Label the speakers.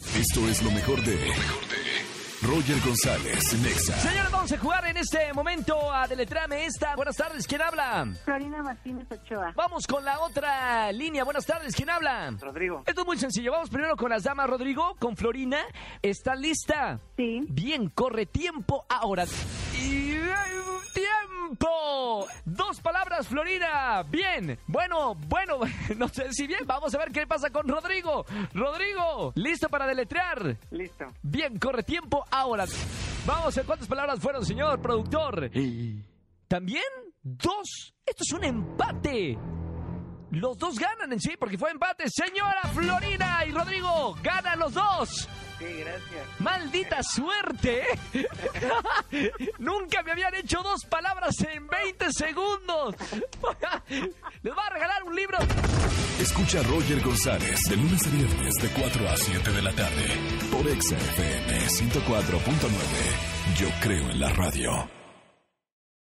Speaker 1: Esto es lo mejor de. Roger González, Nexa.
Speaker 2: Señores, vamos a jugar en este momento a Deletrame esta. Buenas tardes, ¿quién habla?
Speaker 3: Florina Martínez Ochoa.
Speaker 2: Vamos con la otra línea. Buenas tardes, ¿quién habla?
Speaker 4: Rodrigo.
Speaker 2: Esto es muy sencillo. Vamos primero con las damas, Rodrigo, con Florina. ¿Está lista?
Speaker 3: Sí.
Speaker 2: Bien, corre tiempo ahora. Y tiempo. Dos palabras, Florina. Bien. Bueno, bueno, no sé si bien. Vamos a ver qué pasa con Rodrigo. Rodrigo, listo para deletrear.
Speaker 4: Listo.
Speaker 2: Bien, corre tiempo ahora. Vamos, ¿en cuántas palabras fueron, señor productor? ¿También? ¿Dos? Esto es un empate. Los dos ganan en sí, porque fue empate. Señora Florina y Rodrigo, ganan los dos.
Speaker 4: Sí, gracias.
Speaker 2: Maldita suerte. ¿eh? Nunca me habían hecho dos palabras en 20 segundos. Les voy a regalar un libro.
Speaker 1: Escucha a Roger González de lunes a viernes de 4 a 7 de la tarde por Exa FM 104.9. Yo creo en la radio.